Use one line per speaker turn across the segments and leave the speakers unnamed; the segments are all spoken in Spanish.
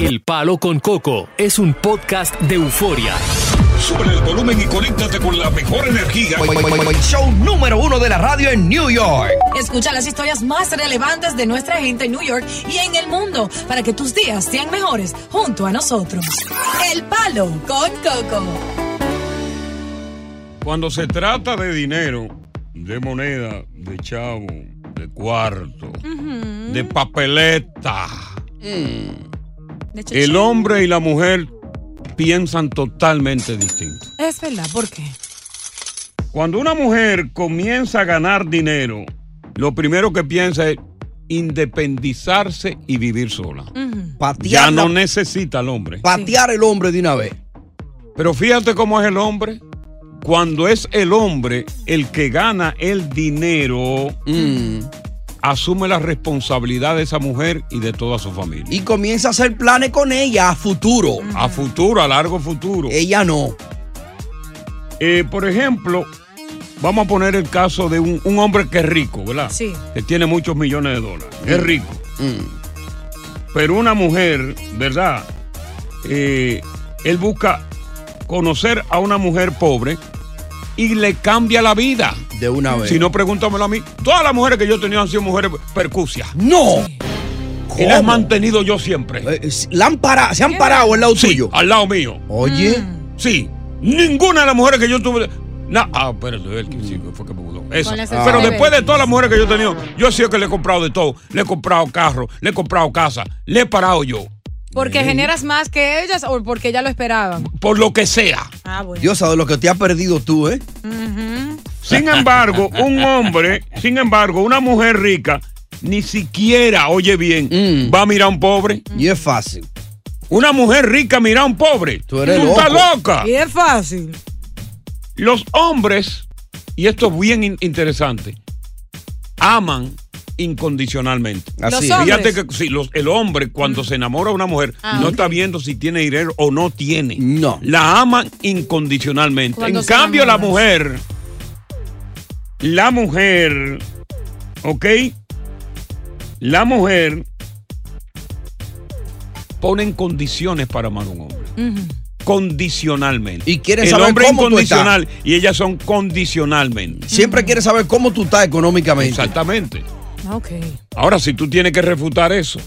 El Palo con Coco es un podcast de euforia.
Sube el volumen y conéctate con la mejor energía.
Show número uno de la radio en New York.
Escucha las historias más relevantes de nuestra gente en New York y en el mundo para que tus días sean mejores junto a nosotros. El Palo con Coco.
Cuando se trata de dinero, de moneda, de chavo, de cuarto, de papeleta,
De hecho,
el hombre y la mujer piensan totalmente distinto.
Es verdad, ¿por qué?
Cuando una mujer comienza a ganar dinero, lo primero que piensa es independizarse y vivir sola. Ya
Patear,
no
la-
necesita al hombre.
patear el hombre de una vez.
Pero fíjate cómo es el hombre. Cuando es el hombre el que gana el dinero, Mm. asume la responsabilidad de esa mujer y de toda su familia.
Y comienza a hacer planes con ella a futuro.
A futuro, a largo futuro.
Ella no.
Eh, por ejemplo, vamos a poner el caso de un, un hombre que es rico, ¿verdad?
Sí.
Que tiene muchos millones de dólares. Es rico.
Mm,
Pero una mujer, ¿verdad? Eh, él busca conocer a una mujer pobre y le cambia la vida.
De una vez.
Si no, pregúntamelo a mí. Todas las mujeres que yo he tenido han sido mujeres percucias.
¡No!
Y las he
¿Cómo?
mantenido yo siempre.
Eh, eh, s- la han parado- se han parado al lado
Sí,
tuyo.
al lado mío.
Oye,
Sí. Ninguna de las mujeres que yo tuve. na- ah, espérate, él que sí, que fue que me mudó. Esa.
Con la
Ah.
excepción
Pero
de
después de
Belkis.
todas las mujeres que yo he tenido, yo he sido que le he comprado de todo. Le he comprado carro, le he comprado casa, le he parado yo.
¿Porque generas más que ellas o porque ya lo esperaban?
Por lo que sea.
Ah, bueno.
Dios sabe lo que te has perdido tú, ¿eh?
Sin embargo, un hombre, sin embargo, una mujer rica, ni siquiera, oye bien,
Mm.
va a mirar a un pobre.
Y es fácil.
Una mujer rica mira a un pobre.
Tú eres
estás
loco.
loca.
Y es fácil.
Los hombres, y esto es bien in- interesante, aman incondicionalmente.
Así.
Los
es.
hombres. Ah.
Fíjate que si los- el hombre cuando se enamora de una mujer no está viendo si tiene dinero o no tiene.
No.
La aman incondicionalmente.
Cuando
en
se
cambio la
enamoran.
mujer, la mujer, ¿ok? La mujer pone en condiciones para amar a un hombre. Condicionalmente.
Y quieren
El
saber
hombre
cómo tú
incondicional y ellas son condicionalmente.
Siempre quiere saber cómo tú estás económicamente.
Exactamente.
Ok.
Ahora, si tú tienes que refutar eso,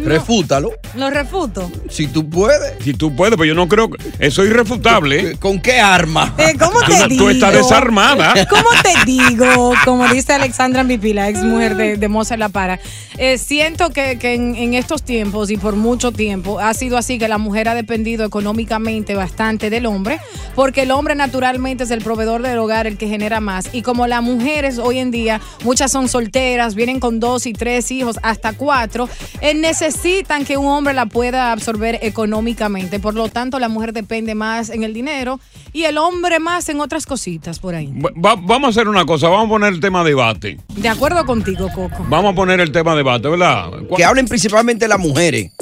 Refútalo.
Lo refuto.
Si tú puedes.
Si tú puedes, pero yo no creo que. Eso es irrefutable. ¿eh?
¿Con qué arma?
Eh, ¿Cómo
Ah, Tú,
te
no-
digo?
tú estás desarmada.
¿Cómo te digo? Como dice Alexandra Mbipi, la ex mujer de, de Mozart La Para, eh, siento que, que en, en estos tiempos y por mucho tiempo ha sido así que la mujer ha dependido económicamente bastante del hombre, porque el hombre naturalmente es el proveedor del hogar, el que genera más. Y como las mujeres hoy en día, muchas son solteras, vienen con dos y tres hijos, hasta cuatro, eh, necesitan que un hombre la pueda absorber económicamente. Por lo tanto, la mujer depende más en el dinero y el hombre más en otras cositas por ahí.
Va- va- vamos a hacer una cosa. Vamos a poner el tema debate.
De acuerdo contigo, Coco.
Vamos a poner el tema debate, ¿verdad?
Que hablen principalmente las mujeres.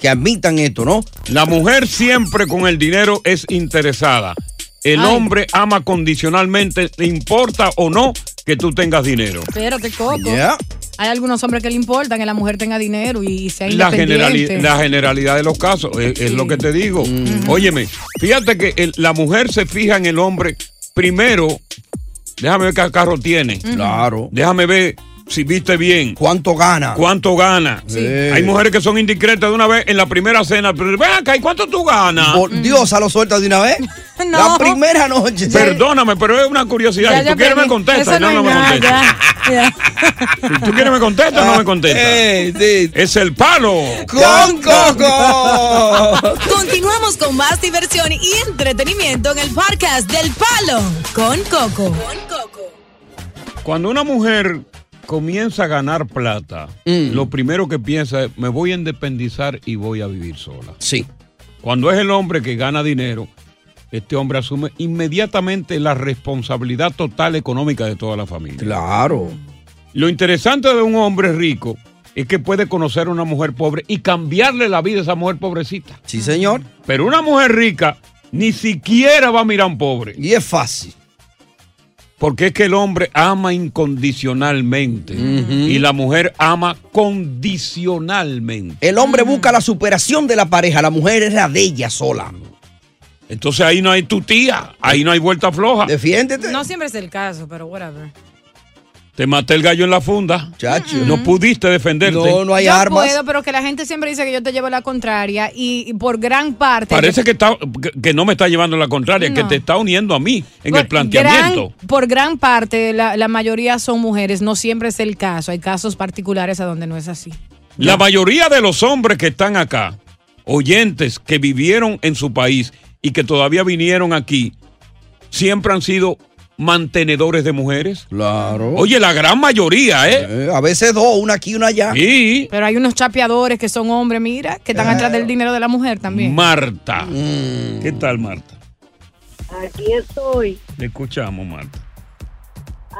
Que admitan esto, ¿no?
La mujer siempre con el dinero es interesada. El
Ay.
hombre ama condicionalmente, le importa o no que tú tengas dinero.
Espérate, Coco.
Ya.
Hay algunos hombres que le importan que la mujer tenga dinero y sea
La, generali-
independiente.
la generalidad de los casos, es, es
Sí.
lo que te digo. Óyeme, fíjate que el- la mujer se fija en el hombre primero. Déjame ver qué carro tiene.
Claro.
Déjame ver si viste bien.
¿Cuánto gana?
¿Cuánto gana?
Sí.
Hay mujeres que son indiscretas de una vez en la primera cena. Pero ven acá, ¿y cuánto tú ganas?
Por Dios, a lo suelta de una vez.
No.
La primera noche.
Perdóname, pero es una curiosidad.
Ya,
si
ya
tú quieres, me
perdí.
contestas.
Eso
y No, no me
hay
contestas.
nada, ya, ya.
Si tú quieres, me contestas. No me contestas.
Eh, sí.
Es el palo.
Con Coco.
Continuamos con más diversión y entretenimiento en el podcast del Palo con Coco.
Cuando una mujer comienza a ganar plata,
Mm.
lo primero que piensa es: me voy a independizar y voy a vivir sola.
Sí.
Cuando es el hombre que gana dinero, este hombre asume inmediatamente la responsabilidad total económica de toda la familia.
Claro.
Lo interesante de un hombre rico es que puede conocer a una mujer pobre y cambiarle la vida a esa mujer pobrecita.
Sí, señor.
Pero una mujer rica ni siquiera va a mirar a un pobre.
Y es fácil.
Porque es que el hombre ama incondicionalmente y la mujer ama condicionalmente.
El hombre busca la superación de la pareja, la mujer es la de ella sola.
Entonces ahí no hay tutía, ahí no hay vuelta floja.
Defiéndete.
No siempre es el caso, pero whatever.
Te maté el gallo en la funda.
Chacho.
No pudiste defenderte.
No, no hay
yo
armas.
puedo, pero que la gente siempre dice que yo te llevo la contraria y, y por gran parte...
Parece que, está, que- que no me está llevando la contraria, que
No.
te está uniendo a mí en
Por
el planteamiento.
gran- por gran parte, la, la mayoría son mujeres. No siempre es el caso. Hay casos particulares a donde no es así.
La mayoría de los hombres que están acá, oyentes que vivieron en su país y que todavía vinieron aquí, siempre han sido mantenedores de mujeres.
Claro.
Oye, la gran mayoría, ¿eh?
Eh, a veces dos, una aquí, una allá.
Y
Pero hay unos chapeadores que son hombres, mira, que están atrás
Eh.
del dinero de la mujer
Mm.
también.
Marta.
Mm.
¿Qué tal, Marta?
Aquí estoy.
Te escuchamos, Marta.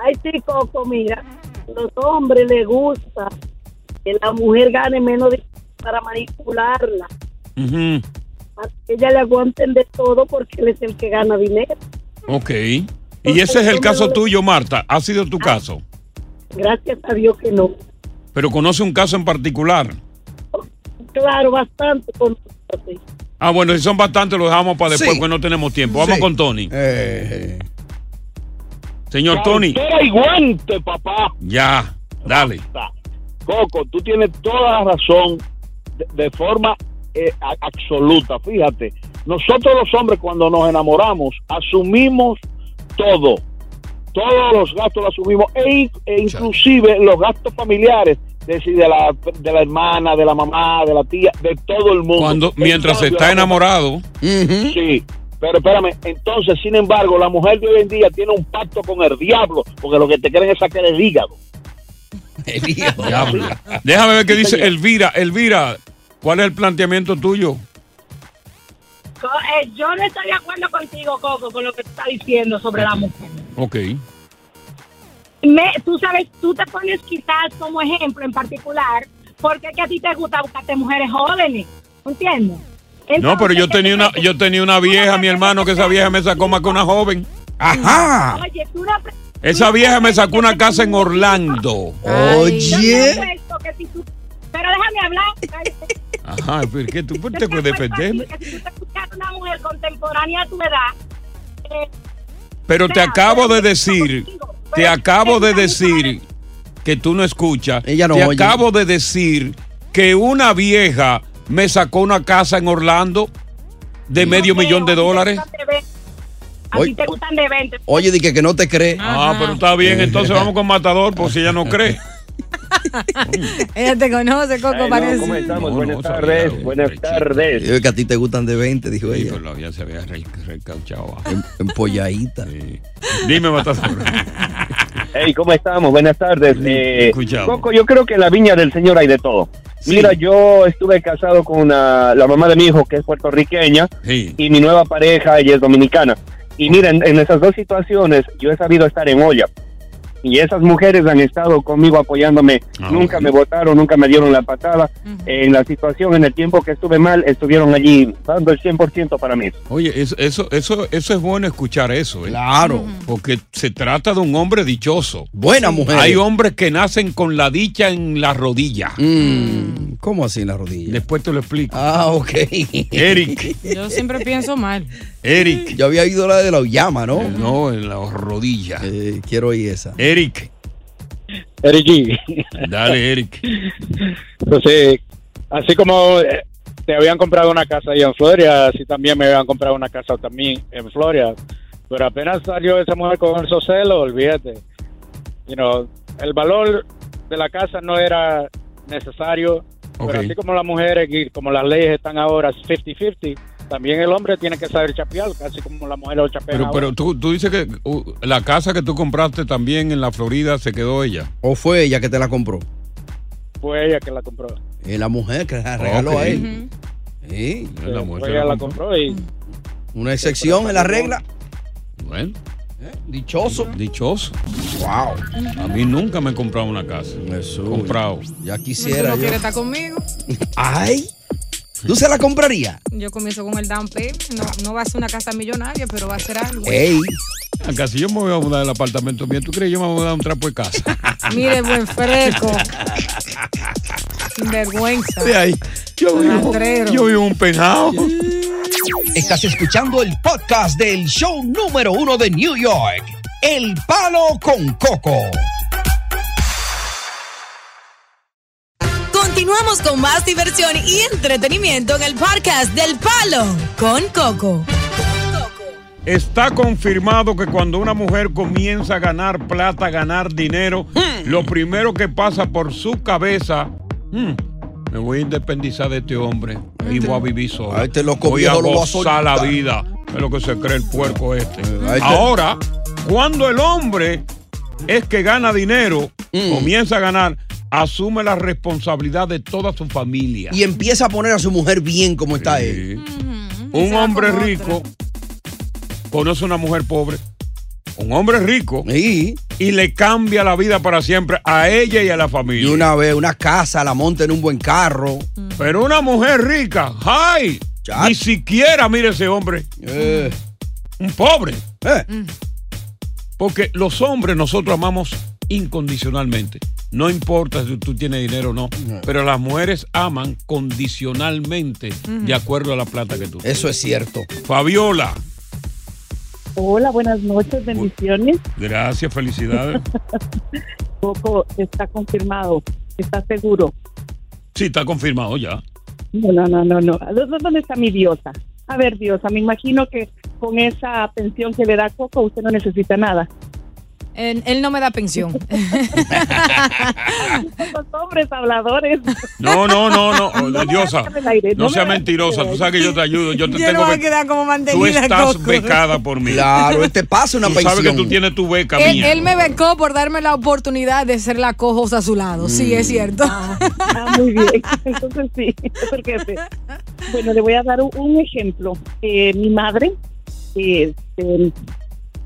Ay, sí, Coco, mira. Los hombres les gusta que la mujer gane menos dinero para manipularla.
Ujú,
Para que ella le aguanten de todo porque él es el que gana dinero.
Ok. Y ese es el caso tuyo, Marta. Ha sido
Ah.
tu caso.
Gracias a Dios que no.
Pero conoce un caso en particular.
Claro, bastante. con- sí.
Ah, bueno, si son bastantes, los dejamos para después,
Sí.
porque no tenemos tiempo. Vamos
Sí.
con Tony.
Eh,
Señor Tony,
Cartera y guante, papá.
ya, dale.
Coco, tú tienes toda la razón de, de forma eh, a- absoluta. Fíjate, nosotros los hombres cuando nos enamoramos asumimos todo. Todos los gastos los asumimos e, in- e inclusive los gastos familiares. Es decir, de la, de la hermana, de la mamá, de la tía, de todo el mundo.
Cuando,
En
mientras
cambio,
está
la mujer-
enamorado,
ujú.
Sí, pero espérame, entonces, sin embargo, la mujer de hoy en día tiene un pacto con el diablo, porque lo que te quieren es sacar el hígado.
El hijo.
diablo. Déjame ver qué dice
señor.
Elvira. Elvira, ¿cuál es el planteamiento tuyo?
Co- eh, yo no estoy de acuerdo contigo, Coco, con lo que tú estás diciendo sobre la mujer.
Ok.
Me- tú sabes, tú te pones quizás como ejemplo en particular porque es que a ti te gusta buscarte mujeres jóvenes, ¿entiendes?
No, pero yo
Entonces, pues,
tenía una, yo tenía una vieja, mi hermano, que esa vieja me sacó más que una joven.
Ajá.
Oye, tú no aprendes
Esa vieja me sacó una casa en Orlando.
Ay.
Oye.
esto, que si tú- pero déjame hablar. cállate.
Ajá, pero ¿qué tú
Yo
te puedes
apuesto a ti
defenderme?
que si tú te escuchas una mujer contemporánea a tu edad, eh,
Pero te
Vea,
acabo
pero
de
yo
decir,
estoy contigo,
te
pero
acabo de
ella no
decir
sabe.
que tú no escuchas.
Ella no
te
oye.
acabo de decir que una vieja me sacó una casa en Orlando de medio
no creo,
millón de
a ti te
dólares.
gustan de veinte. A
Oye.
ti te gustan de 20.
Oye, dije que no te cree.
Ah, pero está bien,
Eh.
entonces vamos con Matador, por si ella no cree.
Ella te conoce, Coco,
Ay, no,
parece.
¿Cómo estamos?
No,
buenas
no, sabía,
tardes,
hombre,
buenas
chico.
tardes.
Yo que a ti te gustan de 20, dijo
Sí,
ella.
pero la vieja se había re- recauchado.
Empolladita.
Sí. Dime, Matador.
Hey, ¿cómo estamos? Buenas tardes. Eh,
escuchamos.
Coco, yo creo que en la viña del señor hay de todo.
Sí.
Mira, yo estuve casado con una- la mamá de mi hijo, que es puertorriqueña,
Sí.
y mi nueva pareja, ella es dominicana. Y mira, en, en esas dos situaciones yo he sabido estar en olla. Y esas mujeres han estado conmigo apoyándome.
Ah,
nunca
bueno.
me votaron, nunca me dieron la patada. En la situación, en el tiempo que estuve mal, estuvieron allí dando el 100% para mí.
Oye, eso, eso, eso, eso es bueno escuchar eso, ¿eh?
Claro.
Porque se trata de un hombre dichoso.
Buena mujer.
Hay hombres que nacen con la dicha en la rodilla.
Mm, ¿Cómo así en la rodilla?
Después te lo explico.
Ah, ok.
Eric,
Yo siempre pienso mal.
Eric.
Yo había oído la de la llama, ¿no?
No, en la rodilla.
Eh, quiero oír esa.
Eric,
Eriki,
dale, Eric.
entonces, así como eh, te habían comprado una casa ahí en Florida, así también me habían comprado una casa también en Florida. Pero apenas salió esa mujer con esos celos, olvídate. You know, el valor de la casa no era necesario.
Ok.
Pero así como las mujeres, y como las leyes están ahora 50-50, también el hombre tiene que saber chapear, casi como la mujer lo chapea.
Pero,
ahora.
pero tú, tú dices que uh, la casa que tú compraste también en la Florida se quedó ella.
¿O fue ella que te la compró?
Fue ella que la compró.
Eh, la mujer que la regaló
Ok.
a él.
Ujú.
Sí,
La mujer
Fue
se
ella
la
la
compró.
compró y
Una excepción en la regla.
Bueno,
Dichoso.
dichoso.
Wow.
A mí nunca me he comprado una casa.
Jesús.
Comprado.
Ya
Si tú
quisiera
no
yo.
quieres estar conmigo,
Ay. ¿Tú se la comprarías?
Eh.
yo comienzo con el down payment. No, no va a ser una casa millonaria, pero va a ser algo.
Ey.
Acá si yo me voy a mudar del apartamento mío, ¿tú crees que yo me voy a dar un trapo de casa?
Mire, buen fresco. Sin vergüenza.
De ahí. Yo vivo,
Rastrero.
yo vivo en un penjado.
Estás escuchando el podcast del show número uno de New York, El Palo con Coco.
Continuamos con más diversión y entretenimiento en el podcast del Palo con Coco.
Está confirmado que cuando una mujer comienza a ganar plata, a ganar dinero, lo primero que pasa por su cabeza, "Mm, me voy a independizar de este hombre y voy a vivir solo.
A este loco
voy a
viejo lo va a
gozar la
soltar".
vida. Es lo que se cree el puerco este.
a este-
Ahora, cuando el hombre es que gana dinero, comienza a ganar, asume la responsabilidad de toda su familia.
Y empieza a poner a su mujer bien como está él.
Sí. Un hombre rico conoce una mujer pobre. Un hombre rico
Sí.
y le cambia la vida para siempre a ella y a la
Y
familia.
una vez, una casa, la monta en un buen carro.
Pero una mujer rica, ¡ay!
Ya.
Ni siquiera mire ese hombre,
Eh,
un pobre.
eh.
Porque los hombres nosotros amamos incondicionalmente. No importa si tú tienes dinero o no, pero las mujeres aman condicionalmente de acuerdo a la plata que tú tienes.
Eso es cierto.
Fabiola,
Hola, buenas noches, bendiciones.
gracias, felicidades.
Coco está confirmado, está seguro.
sí, está confirmado ya.
No, no, no, no, no. ¿Dó- dó- ¿Dónde está mi diosa? A ver, diosa, me imagino que con esa pensión que le da Coco usted no necesita nada.
Él, él no me da pensión.
Los hombres habladores.
No, no, no, no,
No me
diosa.
hagas en el aire,
No
no
sea
me hagas
mentirosa,
en el
tú
aire.
sabes que yo te ayudo, yo te
Yo
tengo
no voy a
be-
quedar como
Tú
mantenida,
estás
Coco.
becada por mí.
Claro, este pasa una
Tú
pensión.
sabes que tú tienes tu beca
Él,
mía.
él me becó por darme la oportunidad de ser la cojos a su lado. Sí,
Mm.
es cierto.
Ah, muy bien. Entonces sí, porque bueno, le voy a dar un, un ejemplo. Eh, mi madre, eh, este,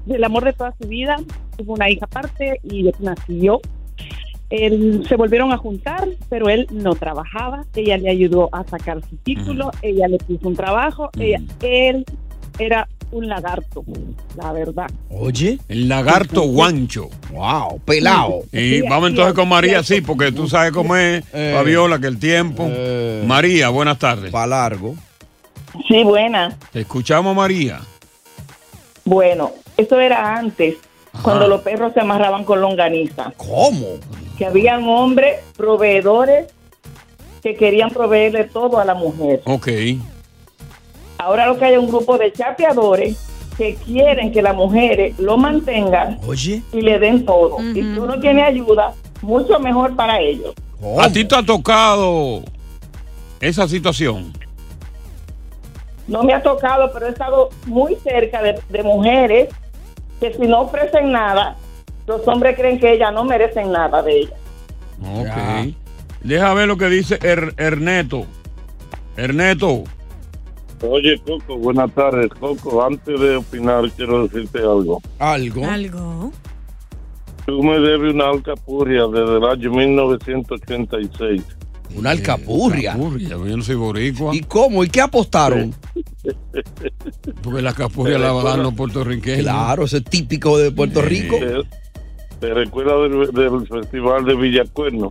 del amor de toda su vida, tuvo una hija aparte y nací yo. Él- se volvieron a juntar, pero él no trabajaba. Ella le ayudó a sacar su título, ella le puso un trabajo. ella- él era un lagarto, la verdad.
Oye,
El lagarto guancho.
wow, pelado.
Y
Sí,
vamos
así
entonces
es,
con María,
cierto.
sí, porque tú sabes cómo es,
Eh.
Fabiola, que el tiempo.
Eh.
María, buenas tardes.
Pa' largo.
Sí, buena.
Te escuchamos, María.
Bueno, eso era antes,
Ajá.
cuando los perros se amarraban con longaniza.
¿Cómo?
Que habían hombres proveedores que querían proveerle todo a la mujer.
Ok.
Ahora lo que hay es un grupo de chapeadores que quieren que las mujeres lo mantengan
Oye,
y le den todo. Y si uno tiene ayuda, mucho mejor para ellos.
¿cómo?
¿A ti te ha tocado esa situación?
No me ha tocado, pero he estado muy cerca de, de mujeres que si no ofrecen nada, los hombres creen que ellas no merecen nada de ellas.
Ok.
Ya.
Deja ver lo que dice Er- Ernesto. Ernesto.
Oye, Coco, buenas tardes. Coco, antes de opinar, quiero decirte algo.
Algo.
Algo.
Tú me debes una alcapurria desde el año 1986.
Una alcapurria.
Alcapurria, Eh, yo no soy boricua.
¿Y cómo? ¿Y qué apostaron?
Porque la capurria
Eh,
la va a dar
bueno.
los puertorriqueños.
Claro, eso es típico de Puerto
Sí.
Rico.
¿Te, te recuerdas del, del festival de Villacuerno?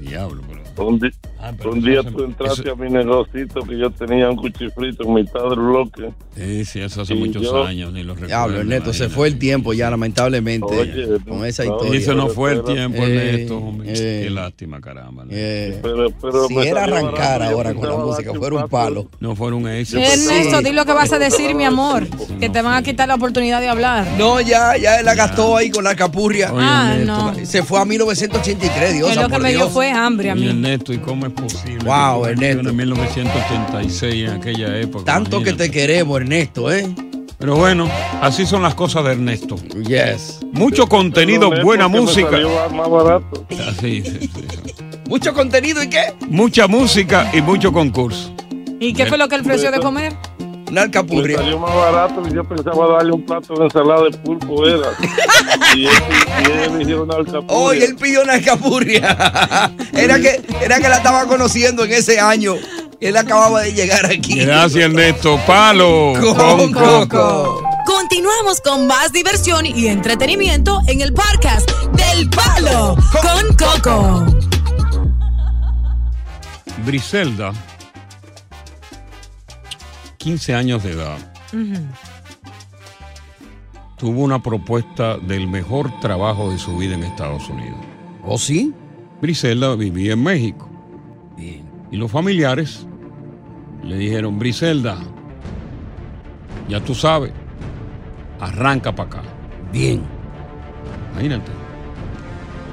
Diablo, pero.
Un, di-
Ah, pero
un
eso
día
hace-
tú entraste
eso-
a mi negocito que yo tenía un cuchifrito en mitad del bloque.
eh, Sí, sí, eso hace
Y
muchos
yo-
años, ni lo recuerdo.
Diablo, Ernesto, se fue el tiempo ya, lamentablemente.
Oye,
con esa
Y
no,
historia.
eso no fue el tiempo,
Eh,
Ernesto. hombre.
eh.
Qué lástima, caramba. ¿no?
Eh,
Pero, pero
si
me
era
salió
arrancar
barato, yo
ahora con la
pensaba
música,
darte
fuera un palo.
No fueron éxitos.
Ernesto,
Sí.
di lo que vas a decir, mi amor. Que te van a quitar la oportunidad de hablar.
No, ya, ya él la gastó ahí con la capurria.
Oye,
Ah,
Ernesto.
no.
Se fue a 1983, Dios.
Que lo que me dio fue hambre a
Oye,
mí.
Ernesto, ¿y cómo es posible?
Wow,
que tú
Ernesto.
naciste En 1986, en aquella época.
Tanto que te
imagínate.
queremos, Ernesto, ¿eh?
Pero bueno, así son las cosas de Ernesto.
Yes.
Mucho contenido,
Ernesto,
buena
que me
música.
salió más barato.
Así, sí, sí.
Mucho contenido y qué?
Mucha música y mucho concurso.
¿Y qué fue lo que él ofreció de comer?
Una
Me
alcapurria.
salió más barato y yo pensaba darle un plato de ensalada de pulpo, era. y él, y él eligió una alcapurria.
Hoy él pidió una alcapurria. era, que, era que la estaba conociendo en ese año. Él acababa de llegar aquí.
Gracias, Ernesto. Palo
Con Coco.
Continuamos con más diversión y entretenimiento en el podcast del Palo con Coco.
Briselda, 15 años de edad, tuvo una propuesta del mejor trabajo de su vida en Estados Unidos.
¿Oh, sí?
Briselda vivía en México. Y los familiares le dijeron, Briselda, ya tú sabes, arranca para acá.
Bien.
Imagínate.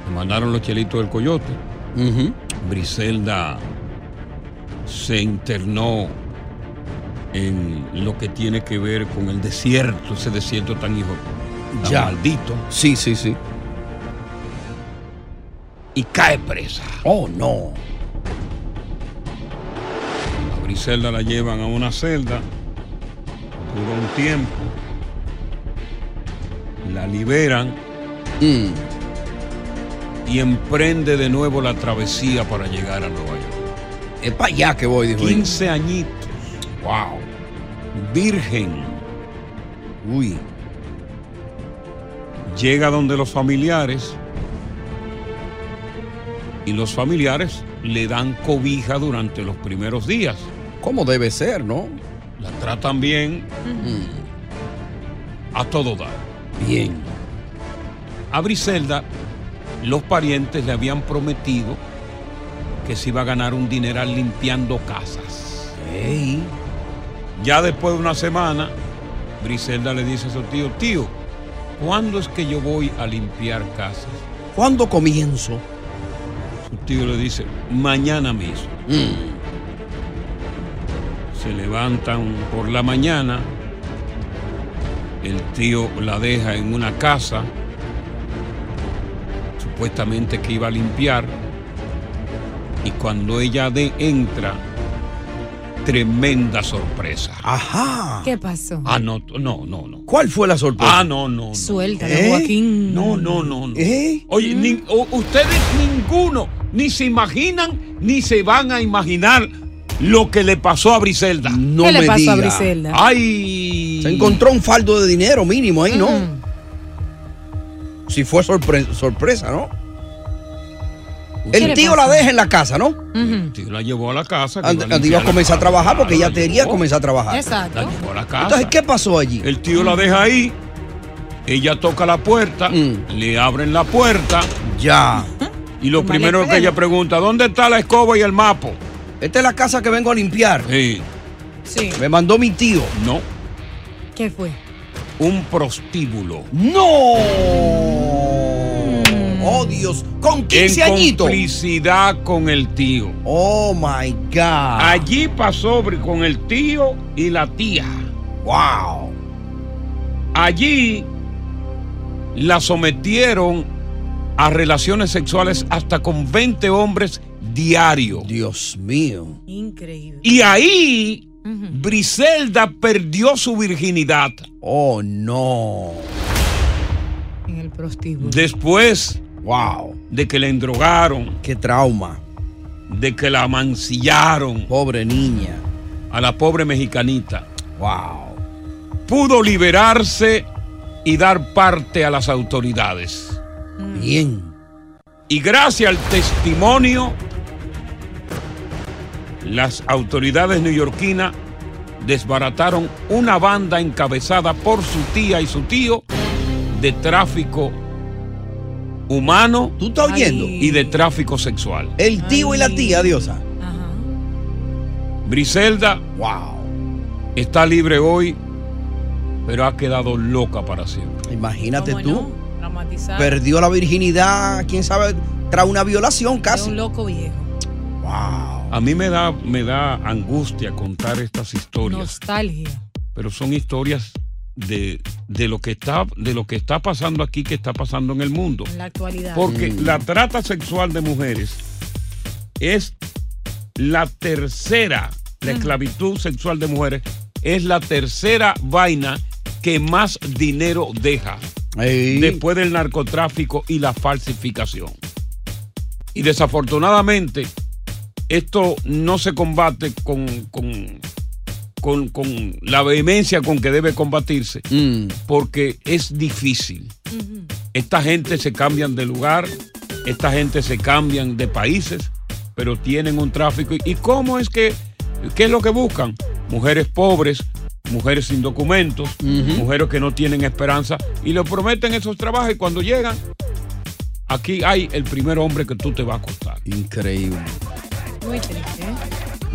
Le mandaron los chelitos del coyote. Briselda se internó en lo que tiene que ver con el desierto, ese desierto tan hijo, tan
Ya.
maldito,
Sí, sí, sí.
y cae presa.
Oh, no.
A Briselda la llevan a una celda, dura un tiempo, la liberan
Mm,
y emprende de nuevo la travesía para llegar a Nueva York.
Es para allá que voy, dijo ella.
15 añitos,
Wow.
virgen,
Uy.
llega donde los familiares y los familiares le dan cobija durante los primeros días.
¿Cómo debe ser, no?
La tratan bien
Mm,
a todo dar.
bien.
A Briselda, los parientes le habían prometido que se iba a ganar un dineral limpiando casas.
Ey.
Ya después de una semana, Briselda le dice a su tío, tío, ¿cuándo es que yo voy a limpiar casas?
¿Cuándo comienzo?
Su tío le dice, mañana mismo.
Mm,
Se levantan por la mañana, el tío la deja en una casa, supuestamente que iba a limpiar, y cuando ella de entra, tremenda sorpresa.
Ajá.
¿Qué pasó?
Ah, no, no, no, no.
¿Cuál fue la sorpresa?
Ah, no, no. no.
Suelta,
¿Eh?
Joaquín.
No, no, no, no.
¿Eh?
Oye, nin- o- ustedes ninguno ni se imaginan ni se van a imaginar lo que le pasó a Briselda.
No
¿Qué
me
le pasó
diga.
a Briselda?
Ah, Ay.
Se encontró un faldo de dinero mínimo ahí, ¿no?
Mm.
Si fue sorpre- sorpresa, ¿no?
le
El tío la
pasó?
deja en la casa, ¿no?
Ujú.
El tío la llevó a la casa. que
Antes
iba a
iba
limpiar
a
la
comenzar a
casa.
trabajar porque
La
ya quería
llevó,
comenzar a trabajar.
La
Exacto.
llevó a la casa.
Entonces, ¿qué pasó allí?
Eh,
El tío la deja ahí. Ella toca la puerta.
Mm.
Le abren la puerta.
Ya.
¿Eh?
Y lo
Vale,
primero que
espera.
ella pregunta, ¿dónde está la escoba y el mapo?
Esta es la casa que vengo a limpiar.
Eh.
Sí,
Sí.
Me mandó mi tío.
no.
¿Qué fue?
Un prostíbulo.
¡No!
Mm.
¡Oh, Dios! Con 15
en
añitos.
complicidad con el tío.
Oh my God.
Allí pasó br- con el tío y la tía.
Wow.
Allí la sometieron a relaciones sexuales hasta con 20 hombres diario.
Dios mío.
Increíble.
Y ahí
Ujú.
Briselda perdió su virginidad.
Oh no.
En el prostíbulo.
Después
Wow.
de que la endrogaron,
Qué trauma.
de que la mancillaron
Pobre niña.
a la pobre mexicanita.
Wow.
Pudo liberarse y dar parte a las autoridades.
Bien.
Y gracias al testimonio, las autoridades neoyorquinas desbarataron una banda encabezada por su tía y su tío de tráfico humano
¿Tú estás oyendo?
Ay.
y de tráfico sexual.
El tío y la tía, diosa.
Ajá.
Briselda
Wow.
está libre hoy, pero ha quedado loca para siempre.
Imagínate
¿Cómo
tú.
no? Traumatizada
Perdió la virginidad. ¿Quién sabe? Tras una violación
de
casi.
un loco viejo.
Wow.
A mí me da, me da angustia contar estas historias.
Nostalgia.
pero son historias de, de lo que está, de lo que está pasando aquí, que está pasando en el mundo.
En la actualidad.
Porque la trata sexual de mujeres es la tercera, la esclavitud sexual de mujeres es la tercera vaina que más dinero deja
Ey.
después del narcotráfico y la falsificación. Y desafortunadamente, esto no se combate con, con, con, con la vehemencia con que debe combatirse,
Mm.
porque es difícil. Esta gente se cambian de lugar, esta gente se cambian de países, pero tienen un tráfico. ¿Y cómo es que, qué es lo que buscan? Mujeres pobres, mujeres sin documentos, mujeres que no tienen esperanza, y le prometen esos trabajos y cuando llegan, aquí hay el primer hombre que tú te vas a acostar.
Increíble.
Muy triste. ¿eh?